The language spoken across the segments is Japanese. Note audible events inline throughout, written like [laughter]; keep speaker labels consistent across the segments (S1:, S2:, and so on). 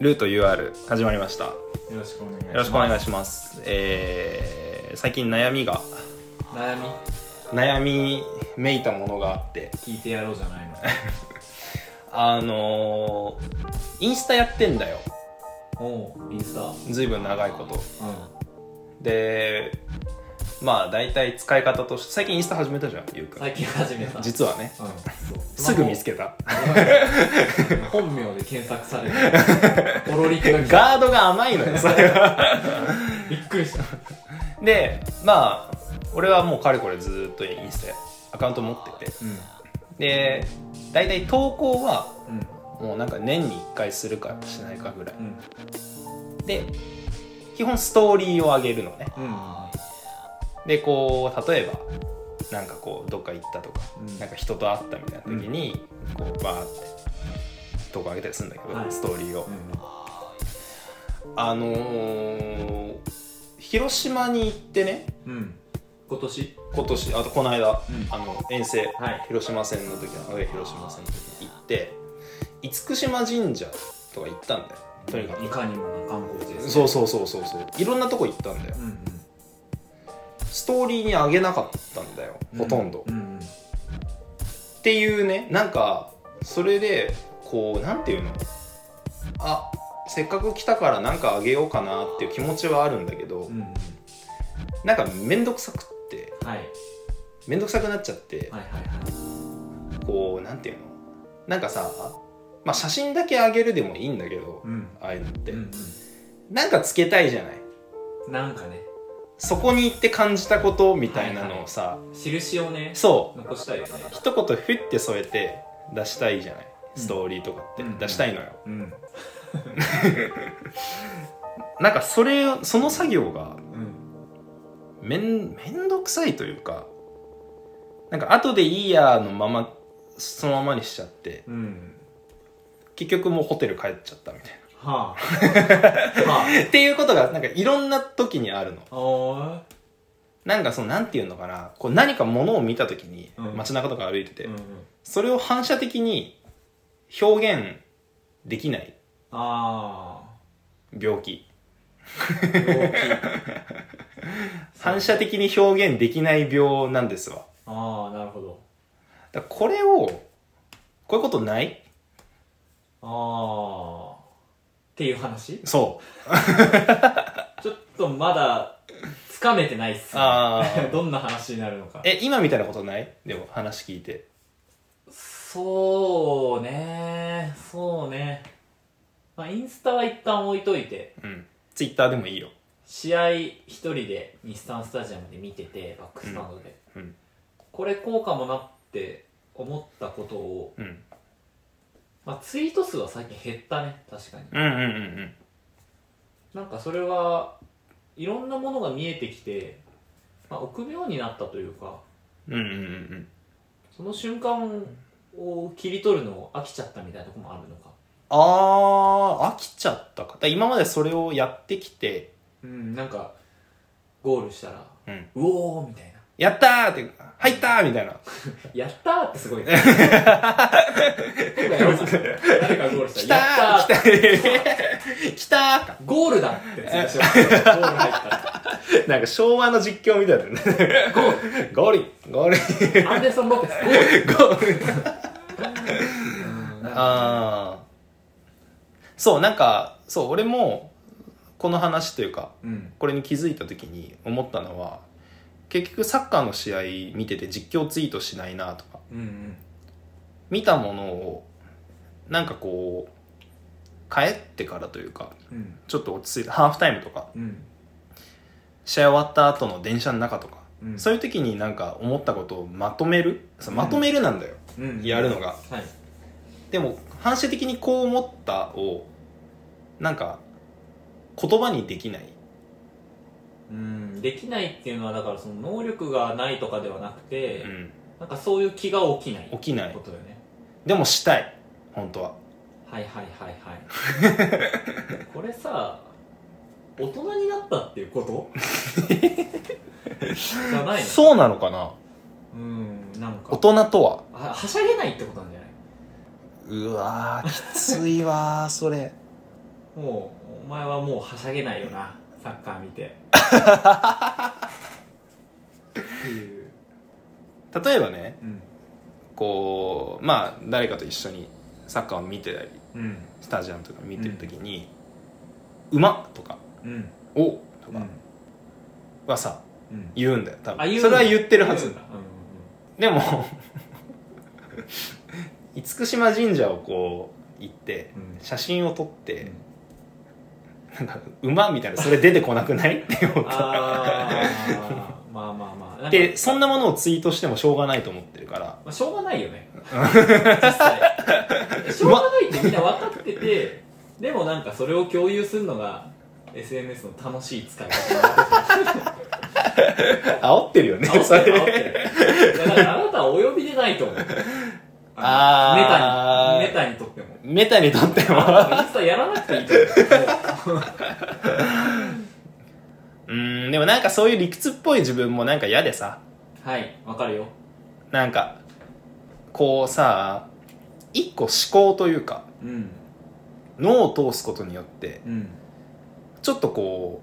S1: ルート UR 始まりました。よ
S2: よろしくお願いします。
S1: ろしくお願いします。えー、最近悩みが、
S2: 悩み
S1: 悩みめいたものがあって、
S2: 聞いてやろうじゃないの。
S1: あのー、インスタやってんだよ。
S2: [laughs] おうインスタ。うん。
S1: ずいぶん長いこと。で、まあ大体使い方として、最近インスタ始めたじゃん、ゆうくん。
S2: 最近始めた。
S1: 実はね、
S2: うん。
S1: すぐ見つけた。
S2: け本名で検索される。 [laughs] ポロリクが来た
S1: ガードが甘いのよ、 [laughs] それは。
S2: びっくりした。
S1: で、まあ、俺はもうかれこれずーっとインスタアカウント持ってて。
S2: うん。
S1: で、大体投稿は、
S2: うん。
S1: もうなんか年に1回するかしないかぐらい
S2: うん。
S1: で基本ストーリーを上げるのね
S2: うん。
S1: でこう例えばなんかこうどっか行ったとか、
S2: うん
S1: なんか人と会ったみたいな時に、こうバーって投稿上げたりするんだけど、
S2: はい
S1: ストーリーを、あのー広島に行ってね
S2: うん。うん。今年
S1: 今年あとこの間、
S2: うん
S1: あの遠征、
S2: はい
S1: 広島戦の時の上広島戦の時に行って厳島神社とか行ったんだよとにかく
S2: いかにもな観光地です。
S1: そうそうそうそうそういろんなとこ行ったんだよ
S2: うんうん。
S1: ストーリーに上げなかったんだよ
S2: うん。
S1: ほとんど、
S2: う
S1: っ
S2: ん。
S1: ていうねなんかそれでこうなんていうのあせっかく来たからなんかあげようかなっていう気持ちはあるんだけど、
S2: うん。うん。
S1: なんか面倒くさくって
S2: はい。
S1: 面倒くさくなっちゃって、
S2: はいはいは
S1: こうなんていうのなんかさまあ写真だけ上げるでもいいんだけど、
S2: い。うん。
S1: ああいうのって、
S2: うん
S1: なんかつけたいじゃない
S2: うん。なんかね、
S1: そこに行って感じたことみたいなのをさ、
S2: 印をね、
S1: そう
S2: 残したいよね。
S1: 一言フィって添えて出したいじゃないストーリーとかって、
S2: うん
S1: 出したいのよ、
S2: うん。
S1: なんかそれをその作業が
S2: うん。
S1: めんめんどくさいというかなんか後でいいやのままそのままにしちゃって
S2: うん。
S1: 結局もうホテル帰っちゃったみたい
S2: [laughs] はあ。は
S1: な [laughs] っていうことがなんかいろんな時にあるの
S2: あ。おーい。
S1: なんかそのなんていうのかなこう何か物を見た時に
S2: うん
S1: 街中とか歩いてて、
S2: うんうん、
S1: それを反射的に表現できない
S2: あ
S1: 病気
S2: あ病気
S1: 反射的に表現できない病なんですわ
S2: [laughs] ああなるほど
S1: だからこれをこういうことない
S2: ああっていう話
S1: そ
S2: ちょっとまだつかめてないっす、
S1: うああ
S2: [laughs] どんな話になるのか
S1: え今みたいなことないでも話聞いて
S2: そうねそうねまあインスタは一旦置いといて
S1: うんツイッターでもいいよ
S2: 試合一人で日産スタジアムで見ててバックスタンドで、
S1: うん
S2: これ効果もなって思ったことを、
S1: うん
S2: まあ、ツイート数は最近減ったね確かに
S1: うんうんうん
S2: なんかそれはいろんなものが見えてきて、まあ、臆病になったというか
S1: うんうんうんうん
S2: その瞬間を切り取るのを飽きちゃったみたいなとこもあるのか
S1: あー飽きちゃったかだ今までそれをやってきて、
S2: うんなんかゴールしたら
S1: うん、
S2: うおーみたいな
S1: やったーって入ったーみたいな
S2: やったーってす [laughs] ごいね僕がやろうか誰かゴール
S1: 来
S2: したたらや
S1: ー
S2: ったー
S1: [laughs] 来たー来た
S2: ゴールだってツイートしましたゴール入ったら
S1: ーなんか昭和の実況みたいだね
S2: ゴー
S1: ゴリゴリ
S2: ルアンデルソン・ロペスゴール
S1: ゴリ
S2: うんなん
S1: あ
S2: か
S1: あそうなんかそう俺もこの話というか
S2: うん
S1: これに気づいた時に思ったのは結局サッカーの試合見てて実況ツイートしないなとか
S2: うんうん
S1: 見たものをなんかこう帰ってからというか
S2: うん
S1: ちょっと落ち着いてハーフタイムとか
S2: うん
S1: 試合終わった後の電車の中とか、
S2: うん
S1: そういう時になんか思ったことをまとめるそうまとめるなんだよ、
S2: うん
S1: やるのが
S2: はい
S1: でも反射的にこう思ったをなんか言葉にできない
S2: うんできないっていうのはだからその能力がないとかではなくて、
S1: うん
S2: なんかそういう気が起きない
S1: 起きな
S2: こ
S1: い
S2: とよね
S1: でもしたい本当は
S2: はいはいはいはい
S1: [laughs]
S2: これさ大人になったっていうこと
S1: [laughs]
S2: じゃないの
S1: そうなのかな
S2: うんなん
S1: 大
S2: か
S1: 人とは
S2: あはしゃげないってことなんじゃないう [laughs]
S1: わーきついわーそれ
S2: もうお前はもうはしゃげないよなサッカー見てっていう、
S1: 例えばね
S2: うん
S1: こうまあ誰かと一緒にサッカーを見てたり
S2: うん
S1: スタジアムとか見てる時に「馬」とか
S2: うん
S1: 「お」と
S2: うん
S1: かはさ
S2: うん
S1: 言うんだよ多
S2: あ言う
S1: 分そ
S2: んだ
S1: れは言ってるはず
S2: 言うんだう
S1: でも厳島神社をこう行って
S2: んうんうん
S1: 写真を撮ってなんか馬みたいなそれ出てこなく
S2: [laughs]
S1: ないって思った
S2: あーまあまあまあなんか
S1: でそんなものをツイートしてもしょうがないと思ってる
S2: [laughs]
S1: から
S2: まあ、しょうがないよ
S1: [laughs]
S2: ね実際しょうがないってみんな分かっててでもなんかそれを共有するのが SNS の楽しい使い方だな
S1: 煽ってるよ [laughs] ね
S2: 煽
S1: そ
S2: ってる煽って
S1: れ
S2: るだからあなたはお呼びでないと思う
S1: あー
S2: ネタにネタにとっても
S1: メタにとって
S2: あ
S1: も
S2: なたもインスタやらなくていいと思う
S1: うんでもなんかそういう理屈っぽい自分もなんか嫌でさ
S2: はいわかるよ
S1: なんかこうさ一個思考というか
S2: うん
S1: 脳を通すことによって
S2: うん
S1: ちょっとこ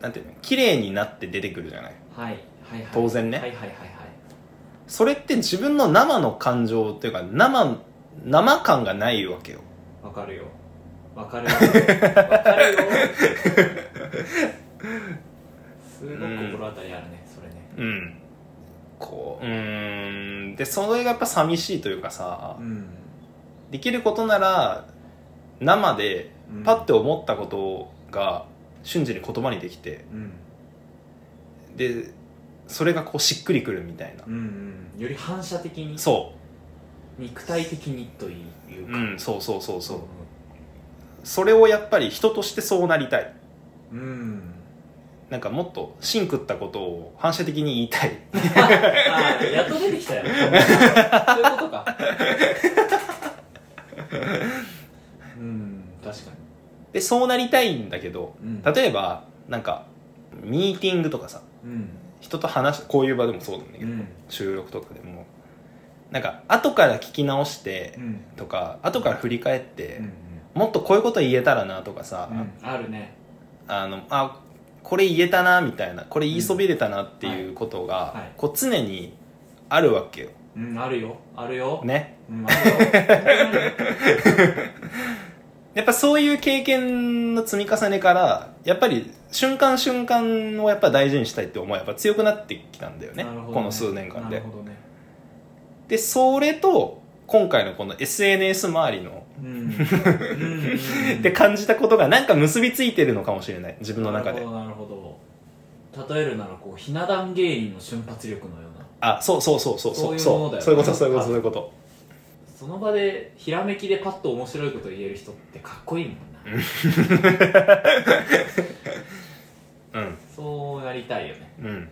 S1: うなんていうの綺麗になって出てくるじゃない
S2: はいはいはい
S1: 当然ね
S2: はいはいはいはい
S1: それって自分の生の感情っていうか生生感がないわけよ
S2: わかるよわかるよわかるよすごく心当たりあるねそれね
S1: うんこううーんでそれがやっぱ寂しいというかさ
S2: うん
S1: できることなら生で
S2: うん
S1: パッて思ったことが瞬時に言葉にできて
S2: うん
S1: でそれがこうしっくりくるみたいな
S2: うんうんより反射的に
S1: そ
S2: 肉体的にという
S1: う、
S2: か、
S1: うん、そうそうそうそうそれをやっぱり人としてそうなりたい
S2: うんうん
S1: なんかもっと芯食ったことを反射的に言いたい [laughs]
S2: ああやっと出てきたよそういうことかうん確か
S1: でそうなりたいんだけど
S2: に、うん、
S1: 例えばなんかミーティングとかさ
S2: うん
S1: 人と話しこういう場でもそうなんだけ
S2: う
S1: ど、
S2: ん
S1: 収録とかでもなんか後から聞き直して
S2: うん
S1: とか後から振り返って、
S2: うん
S1: もっとこういうこと言えたらなとかさ、
S2: うんあるね
S1: あのあこれ言えたなみたいなこれ言いそびれたなっていうことが、
S2: はいはい
S1: こう常にあるわけよ
S2: うんあるよあるよ、
S1: ね
S2: うんあるよ
S1: やっぱそういう経験の積み重ねからやっぱり瞬間瞬間をやっぱ大事にしたいって思いはやっぱ強くなってきたんだよね
S2: なるほどね
S1: この数年間
S2: な
S1: で
S2: るほどね
S1: でそれと今回のこの SNS 周りの
S2: うんうんうんうん
S1: って感じたことがなんか結びついてるのかもしれない自分の中
S2: な
S1: で
S2: るほどなるほど例えるならこうひな壇芸人の瞬発力のような
S1: あそうそうそうそうそう
S2: そういうも
S1: そ
S2: のだ
S1: う
S2: よ
S1: そういうことそういうことそういうこと
S2: その場でひらめきでパッと面白いこと言える人ってかっこいいもんな
S1: うん
S2: そうやりたいよね
S1: うん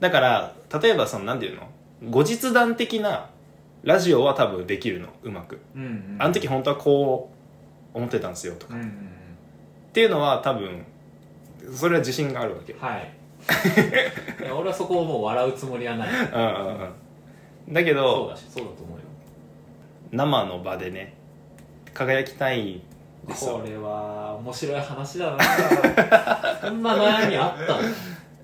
S1: だから例えばそのなんていうの後日談的なラジオは多分できるのうまく
S2: うん、うん
S1: あの時本当はこう思ってたんですよとか、
S2: うんうん
S1: っていうのは多分それは自信があるわけ
S2: うんはいいや俺はそこをもう笑うつもりはない
S1: うんうんうんだけ
S2: そう
S1: ど
S2: だしそうだと思うよ
S1: 生の場でね輝きたいですよ
S2: これは面白い話だなそんな悩みあったの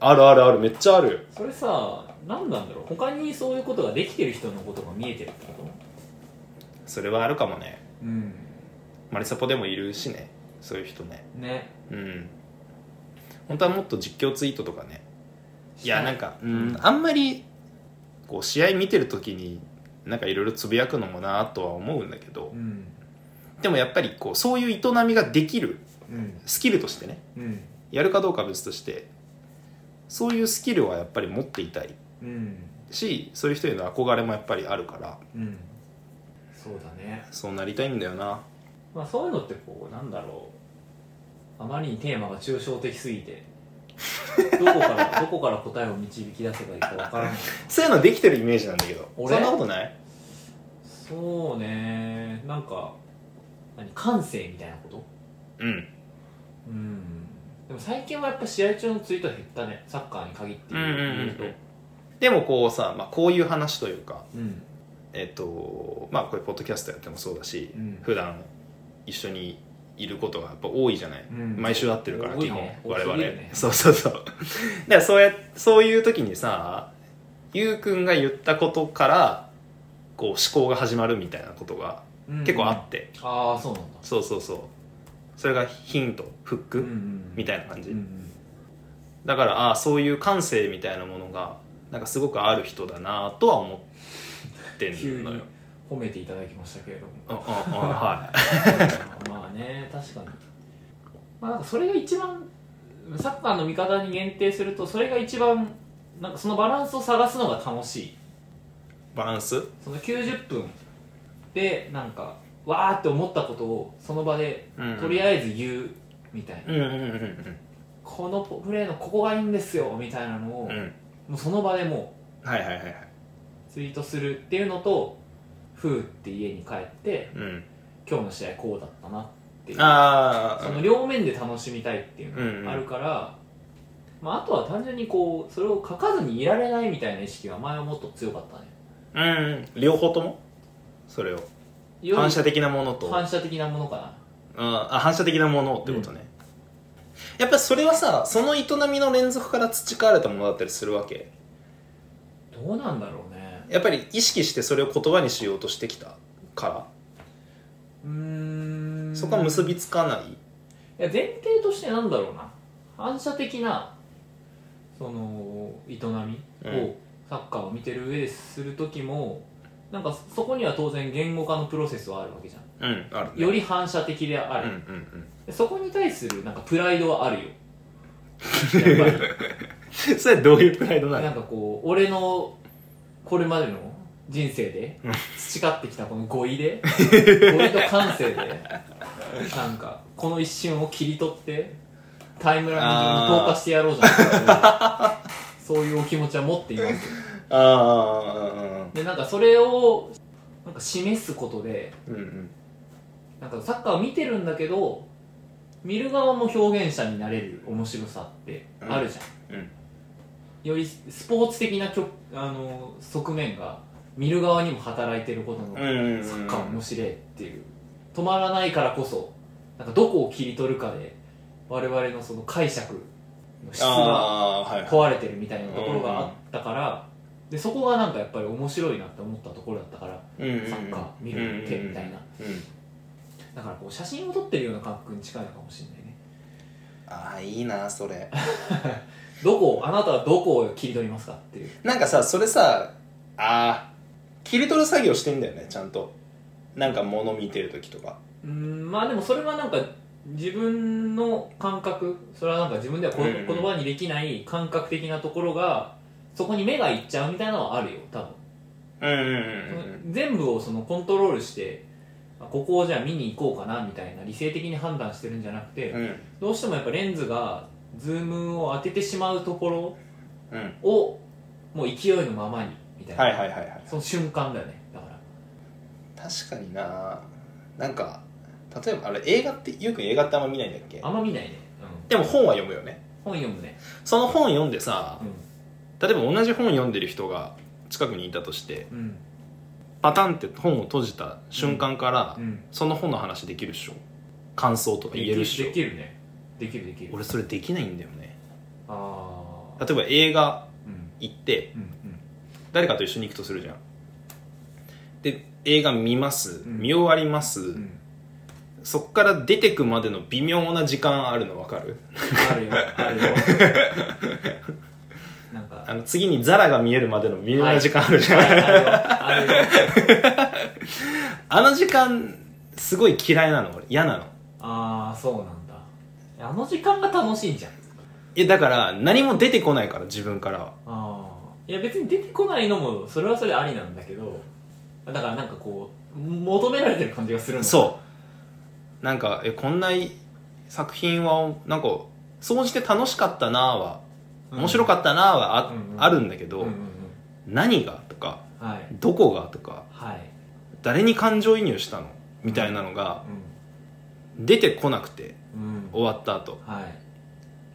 S1: あるあるあるめっちゃある
S2: それさ何なんだろう他にそういうことができてる人のことが見えてるってこと
S1: それはあるかもね
S2: うん
S1: マリサポでもいるしねそういう人ね
S2: ね
S1: うん本当はもっと実況ツイートとかねいやなんか、うん
S2: うん、
S1: あんまりこう試合見てる時になんかいろいろつぶやくのもなとは思うんだけど
S2: うん
S1: でもやっぱりこうそういう営みができる
S2: うん
S1: スキルとしてね
S2: うん
S1: やるかどうかは別としてそういうスキルはやっぱり持っていたい
S2: うん
S1: しそういう人への憧れもやっぱりあるから
S2: うんそうだね
S1: そうなりたいんだよな
S2: まあそういうのってこうなんだろうあまりにテーマが抽象的すぎ [laughs] てどこからどこから答えを導き出せばいいかわからない
S1: そういうのできてるイメージなんだけど
S2: 俺
S1: そんなことない
S2: そうねなんか何感性みたいなこと
S1: うん
S2: うんでも最近はやっぱ試合中のツイート減ったねサッカーに限って言
S1: う
S2: うと
S1: んうんでもこうさ、まあ、こういう話というか
S2: うん
S1: えっ、とまあこれポッドキャストやってもそうだし
S2: うん
S1: 普段一緒にいることがやっぱ多いじゃない、
S2: うん
S1: 毎週会ってるから
S2: 多
S1: 基
S2: い
S1: 本、
S2: ね
S1: 我
S2: 多
S1: 々、
S2: すぎるね
S1: そうそうそうだからそうやそういう時にさゆうくんが言ったことからこう思考が始まるみたいなことが結構あって、
S2: ああそうなんだ
S1: そうそうそうそれがヒントフック、み
S2: い
S1: たいな感じ、
S2: うんうん
S1: だからああそういう感性みたいなものがなんかすごくある人だなとは思って
S2: 急
S1: んの
S2: に
S1: よ
S2: 褒めていただきましたけれども
S1: うんうんうんは
S2: [laughs] まあね確かにまあなんかそれが一番サッカーの見方に限定するとそれが一番なんかそのバランスを探すのが楽しい
S1: いバランス
S2: その90分でなんかわーって思ったことをその場で
S1: うん
S2: とりあえず言うみたいな、
S1: うんうんうん
S2: このプレーのここがいいんですよみたいなのを、
S1: うんうん
S2: もうその場でも
S1: はいはいはいはい、
S2: うツイートするっていうのとふーって家に帰って
S1: うん、
S2: 今日の試合こうだったなっていう
S1: ああ
S2: その両面で楽しみたいっていうのがあるから、まあ、あとは単純にこうそれを書かずにいられないみたいな意識は前はもっと強かったね
S1: うん両方ともそれを
S2: より
S1: 反射的なものと、
S2: 反射的なものか
S1: うんあ反射的なものってことね、やっぱそれはさその営みの連続から培われたものだったりするわけ
S2: などうなんだろうね
S1: やっぱり意識してそれを言葉にしようとしてきたから
S2: うーん
S1: そこは結びつかない、
S2: いや前提としてなんだろうな反射的なその営み
S1: う
S2: をサッカーを見てる上でする時もなんかそこには当然言語化のプロセスはあるわけじゃん
S1: うん、あるね
S2: より反射的であ
S1: うんう
S2: る、
S1: ん
S2: そこに対するなんかプライドはあ
S1: [laughs]
S2: るよやっぱ
S1: うんそれどういうプライドな
S2: りなん
S1: の
S2: かこう俺のこれまでの人生で培ってきたこの語彙で語彙と感性でなんかこの一瞬を切り取ってタイムライン上に投下してやろうじゃないかというそういうお気持ちは持っていますよ
S1: ああ
S2: でなんかそれをなんか示すことで
S1: うんうん
S2: なんかサッカーを見てるんだけど見る側も表現者になれる面白さってあるじゃん、
S1: うん
S2: よりスポーツ的なきょあの側面が見る側にも働いてることの、
S1: うんうんうん
S2: サッカー面白いっていう止まらないからこそなんかどこを切り取るかで我々のその解釈の質が
S1: ああーはいはい
S2: 壊れてるみたいなところがあったから、でそこがなんかやっぱり面白いなって思ったところだったから
S1: サッ
S2: サッカー見るってみたいなだからこう写真を撮ってるような感覚に近いのかもしれないね
S1: ああいいなそれ
S2: どこをあなたはどこを切り取りますかっていう
S1: なんかさそれさあー切り取る作業してんだよねちゃんとなんか物見てる時とか
S2: うーんまあでもそれはなんか自分の感覚それはなんか自分ではこ
S1: うんうん
S2: 言葉にできない感覚的なところがそこに目がいっちゃうみたいなのはあるよ多分、
S1: うんうんうん
S2: 全部をそのコントロールしてあここをじゃあ見に行こうかなみたいな理性的に判断してるんじゃなくて、
S1: うんうん
S2: どうしてもやっぱレンズがズームを当ててしまうところ
S1: うん
S2: をもう勢いのままにみたいな、
S1: はいはいはいはい
S2: その瞬間だよねだから
S1: 確かにななんか例えばあれ映画ってよく映画ってあんま見ないんだっけ
S2: あんま見ないね、うん
S1: でも本は読むよね
S2: 本読むね、
S1: その本読んでさ
S2: う
S1: 例えば同じ本読んでる人が近くにいたとして
S2: んうん
S1: パタンって本を閉じた瞬間から、
S2: うん、
S1: その本の話できるっしょ感想とか言えるっしょ
S2: できるねできるできる
S1: 俺それできないんだよね
S2: ああ
S1: 例えば映画
S2: うん
S1: 行って
S2: うん
S1: 誰かと一緒に行くとするじゃんで映画見ます
S2: うん
S1: 見終わります、
S2: うんうん
S1: そっから出てくまでの微妙な時間あるの分かる
S2: あるよあるよなんか
S1: あの次にザラが見えるまでの微妙な時間あるじゃん、
S2: あるよあるよ
S1: [laughs] あの時間すごい嫌いなの俺嫌なの
S2: ああそうなんだあの時間が楽しいんじゃん
S1: えだから何も出てこないから自分からは
S2: ああいや別に出てこないのもそれはそれでありなんだけどだからなんかこう求められてる感じがするの
S1: そうなんかえこんな作品はなんか総じて楽しかったなぁは
S2: うん
S1: 面白かったなぁはあ,、
S2: うんうん
S1: あるんだけど、
S2: うんうん
S1: 何がとか
S2: うんはい
S1: どこがとか
S2: はい、
S1: 誰に感情移入したのみたいなのが出てこなくて
S2: うんうん、
S1: 終わった後
S2: は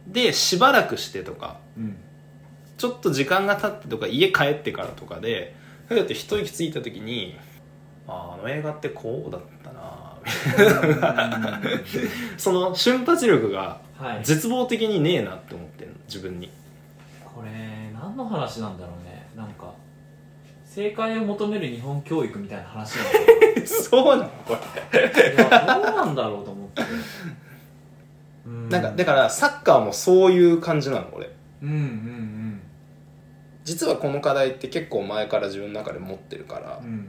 S2: い、
S1: でしばらくしてとか [laughs]
S2: うん、
S1: ちょっと時間が経ってとか家帰ってからとかでだって一息ついた時にあああの映画ってこうだったなぁその瞬発力が
S2: はい
S1: 絶望的にねえなって思ってんの自分に
S2: これ何の話なんだろうねなんか正解を求める日本教育みたいな話なんだろう
S1: そうなのこ
S2: いやどうなんだろうと思ってう
S1: れ
S2: ん
S1: なんかだからサッカーもそういう感じなの俺
S2: うんうん
S1: 実はこの課題って結構前から自分の中で持ってるから
S2: うんうん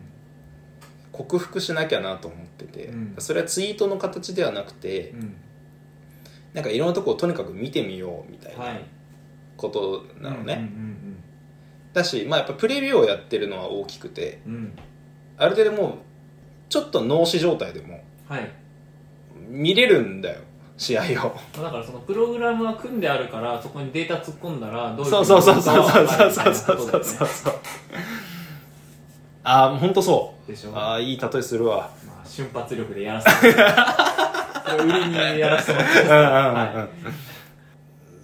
S1: 克服しなきゃなと思ってて、
S2: うん
S1: それはツイートの形ではなくて
S2: うん
S1: なんかいろんなとこをとにかく見てみようみたい
S2: は
S1: ないことなのね、
S2: うん
S1: だし、まあ、やっぱプレビューをやってるのは大きくて
S2: うんうんうん
S1: ある程度もうちょっと脳死状態でも
S2: はい
S1: 見れるんだよ試合を
S2: まあだからそのプログラムは組んであるからそこにデータ突っ込んだらどういう
S1: そうそうそうそう
S2: こと
S1: そう
S2: が
S1: そう
S2: 分か
S1: そう
S2: る
S1: そう
S2: みた
S1: そう
S2: いなことだよね
S1: そう [laughs] ああ本当そ
S2: でし
S1: う
S2: ょ
S1: ああいい例えするわ
S2: まあ、瞬発力でやらせてもらってますそれ売りにやらせてもらって
S1: うんうんうんうん
S2: は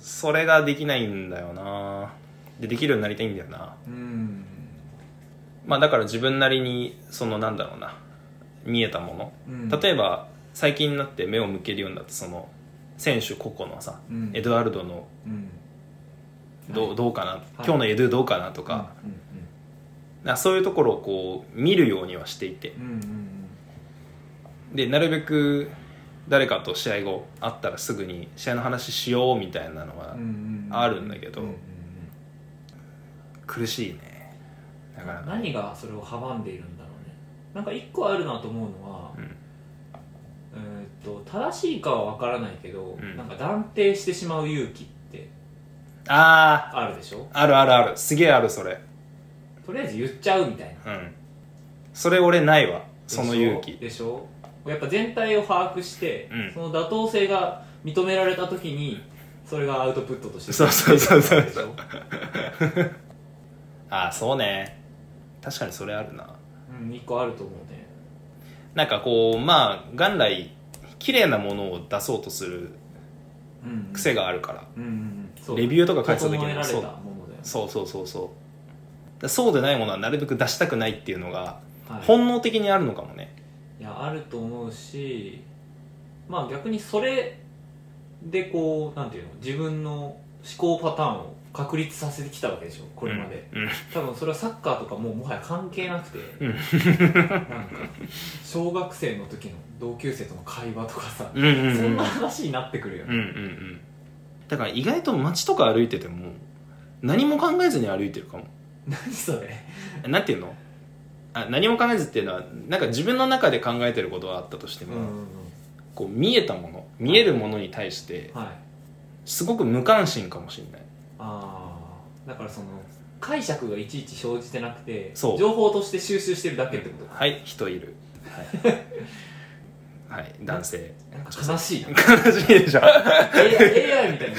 S1: それができないんだよなでできるようになりたいんだよな
S2: ますうん
S1: まあだから自分なりにそのなんだろうな見えたも
S2: うん
S1: の例えば最近になって目を向けるようになってその選手個々のさ
S2: うん
S1: エドワルドの
S2: うん
S1: どう,、
S2: はい
S1: どうかな、今日のエドゥどうかなとか,、
S2: う
S1: なんかそういうところをこう見るようにはしていて
S2: んうんうんうん
S1: でなるべく誰かと試合後会ったらすぐに試合の話しようみたいなのは
S2: うんうんうん
S1: あるんだけど
S2: うんうんうん
S1: 苦しいねだから
S2: 何がそれを阻んでいるんだろうねなんか一個あるなと思うのは、
S1: うん
S2: えーっと正しいかは分からないけど、
S1: ん
S2: なんか断定してしまう勇気って
S1: あ
S2: あるでしょ
S1: ああるあるあるすげえあるそれ
S2: とりあえず言っちゃうみたいな
S1: うんそれ俺ないわその勇気
S2: でしょでしょやっぱ全体を把握して、
S1: うん
S2: その妥当性が認められた時にそれがアウトプットとして
S1: そうそうそうそう
S2: でしょ、
S1: ああそうね確かにそれあるな
S2: うん、一個あると思うね
S1: なんかこうまあ元来綺麗なものを出そうとする
S2: うん
S1: 癖があるから、
S2: うんうんうんそう
S1: レビューとか書いてた時に
S2: 整えられた
S1: そう
S2: ものだよね
S1: そうそうそうそうだそうでないものはなるべく出したくないっていうのが
S2: はい
S1: 本能的にあるのかもね、
S2: いやあると思うしまあ逆にそれでこうなんていうの自分の思考パターンを確立させてきたわけでしょこれまで、
S1: うん、うん
S2: 多分それはサッカーとかもうもはや関係なくて、
S1: うん
S2: なんか小学生の時の同級生との会話とかさ、
S1: うんうん
S2: そ
S1: うんん
S2: な話になってくるよ
S1: うんう
S2: ね、
S1: んうんだから意外と街とか歩いてても何も考えずに歩いてるかも
S2: 何それ
S1: なんていうのあ何も考えずっていうのはなんか自分の中で考えてることはあったとして
S2: うん
S1: も、
S2: うんうん
S1: こう見えたもの見えるものに対して
S2: はい
S1: すごく無関心かもしれない
S2: ああだからその解釈がいちいち生じてなくて
S1: そう
S2: 情報として収集してるだけってことか、
S1: はい人いるはい、は
S2: [laughs]
S1: い、男性
S2: なんか悲しいな
S1: 悲しいでしょ
S2: [laughs] AI, AI みたいな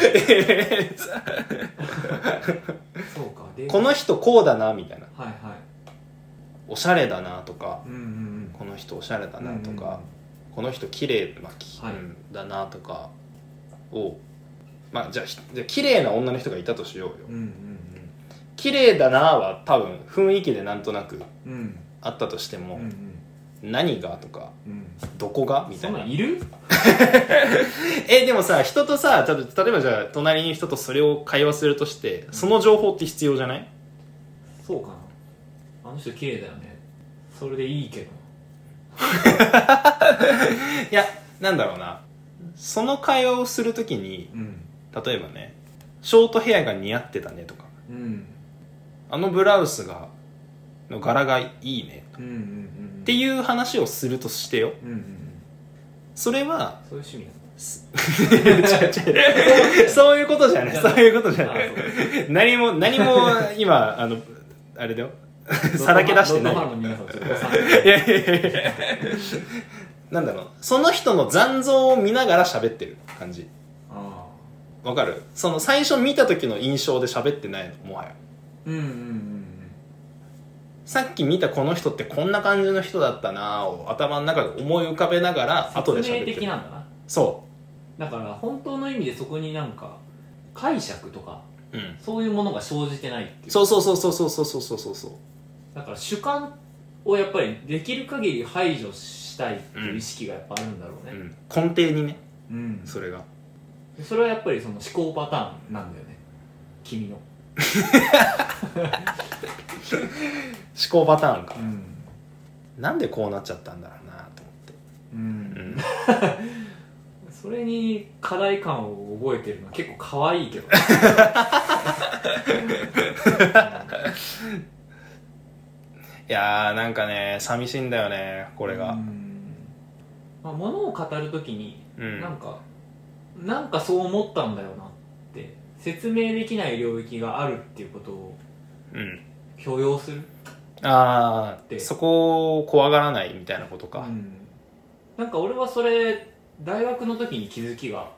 S2: そうかで
S1: この人こうだなみたいな
S2: はいは
S1: おしゃれだなとか
S2: いうんうん
S1: この人おしゃれだ
S2: うん
S1: なとか、この人綺麗なき、
S2: はい
S1: うんだなとかをまあじゃあひじゃあ綺麗な女の人がいたとしようよ
S2: うんうん
S1: 綺麗だなは多分雰囲気でなんとなく
S2: うんうん
S1: あったとしても
S2: うんう、ん
S1: 何がとか
S2: うん
S1: どこがみた
S2: そ
S1: い
S2: ん
S1: な
S2: なんいる
S1: えでもさ人とさたと例えばじゃあ隣に人とそれを会話するとしてその情報って必要じゃない
S2: そうかなあの人綺麗だよねそれでいいけど
S1: いやなんだろうなその会話をするときに
S2: うん
S1: 例えばねショートヘアが似合ってたねとか
S2: うん
S1: あのブラウスがの柄がいいね
S2: うんうんうん
S1: って
S2: う
S1: いう話をするとしてよ
S2: うんうんうん
S1: それは
S2: そういう趣味
S1: 違う違うそういうことじゃないそういうことじゃ
S2: なの
S1: ない
S2: あそう
S1: 何も何も今あのあれだよ
S2: [laughs]
S1: さらけ出してない
S2: ロッドファンの皆さんちょっとご参
S1: いやいやいやいや [laughs] なんだろうその人の残像を見ながら喋ってる感じ
S2: あ
S1: わかるその最初見た時の印象で喋ってないのもはや
S2: ーうんうんうん
S1: さっき見たこの人ってこんな感じの人だったなぁを頭の中で思い浮かべながら後
S2: う
S1: で
S2: ん説
S1: 喋
S2: 明
S1: って
S2: 的
S1: る
S2: なんだな
S1: そ
S2: だから本当の意味でそこになんか解釈とか
S1: う、うん、
S2: そういうものが生じてないっていう
S1: そうそうそうそうそうそうそうそうそう
S2: だから主観をやっぱりできる限り排除ししたいっていう意識がやっぱあるんだろう
S1: う
S2: ね
S1: ん、根底にね
S2: うん、
S1: それが
S2: それはやっぱりその思考パターンなんだよね君の
S1: 思考パターンか、
S2: ん、
S1: なんでこうなっちゃったんだろうなと思って
S2: う、
S1: うんん
S2: それに課題感を覚えてるのは結構可愛いけど
S1: いやーなんかね寂しいんだよねこ
S2: こ
S1: れが
S2: まあ、物を語るときに
S1: うん、
S2: なんか、なんかそう思ったんだよなって説明できない領域があるっていうことを
S1: うん
S2: 許容する
S1: ああ
S2: で
S1: そこを怖がらないみたいなことか、
S2: うん、なんか俺はそれ大学の時に気づきが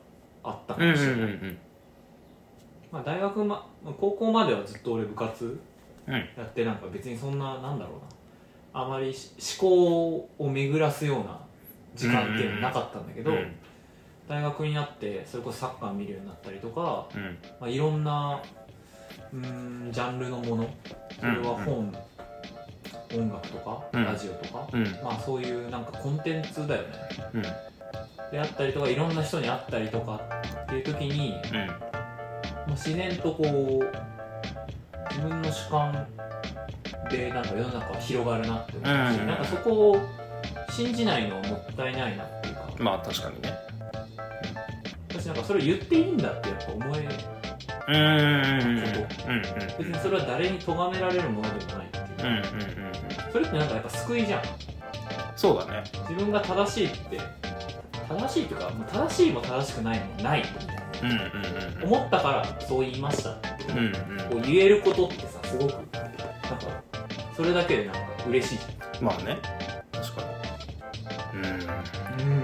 S2: あったか
S1: うんう
S2: も
S1: ん
S2: し
S1: う
S2: れない、
S1: ん
S2: まあ、大学、ま、高校まではずっと俺部活
S1: うんうん
S2: やってなんか別にそんななんだろうなあまりし思考を巡らすような時間っていうのはなかったんだけど、
S1: うん
S2: 大学になってそれこそサッカー見るようになったりとか、
S1: うん
S2: まあ、いろんなうーんジャンルのものそれは本、音楽とか、
S1: うん
S2: ラジオとか、
S1: うん
S2: まあそういうなんかコンテンツだよね
S1: うんうん
S2: であったりとかいろんな人に会ったりとかっていう時にもう自然とこう自分の主観でなんか世の中は広がるなって思うし、
S1: うん
S2: なんかそこを信じないのはもったいないなっていうか
S1: まあ確かにね
S2: 私なんかそれを言っていいんだってやっぱ思え
S1: うんうんうんうんうん
S2: 別にそれは誰に咎められるものでもないっていう、
S1: うんうんうん
S2: それってなんかやっぱ救いじゃん
S1: そうだね
S2: 自分が正しいって正しいっていうかもう正しいも正しくないもないみたいな
S1: うんうん
S2: 思ったからそう言いましたって
S1: うんうんう
S2: こ
S1: ん
S2: う言えることってさすごくなんかそれだけでなんか嬉しい
S1: まあね確かにうん
S2: うん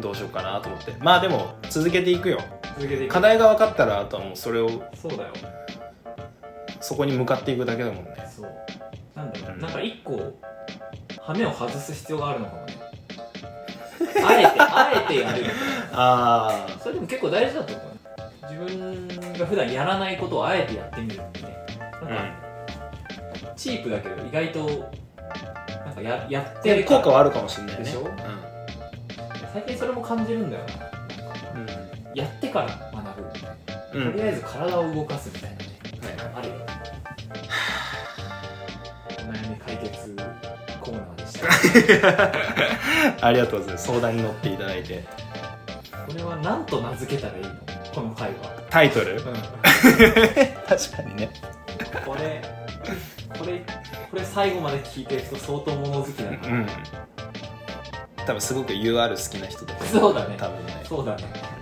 S1: どうしようかなと思ってまあでも続けていくよ
S2: 続けてい
S1: 課題が分かったらあとはもうそれを
S2: そうだよ
S1: そこに向かっていくだけだもんね
S2: そうなんだろ
S1: う
S2: うんなんか一個羽目を外す必要があるのかもねあえてあえてやる
S1: ああ
S2: それでも結構大事だと思う自分が普段やらないことをあえてやってみるってねなんかチープだけど意外となんかややっ
S1: うん
S2: て
S1: で
S2: るから
S1: 効果はあるかもしれないね
S2: でしょ
S1: う
S2: 最近それも感じるんだよなやってから学ぶみたい
S1: んう
S2: な、
S1: ん
S2: とりあえず体を動かすみたいなね
S1: ね
S2: あるよお悩み解決コーナーで
S1: [laughs]
S2: した
S1: ありがとうございます相談に乗っていただいて
S2: これは何と名付けたらいいのこの回は、
S1: タイトル確かにね
S2: これこれこれ最後まで聞いてる人相当物好きだな、
S1: うん多分すごく UR 好きな人だと思
S2: そうだね
S1: 多分ね
S2: そうだね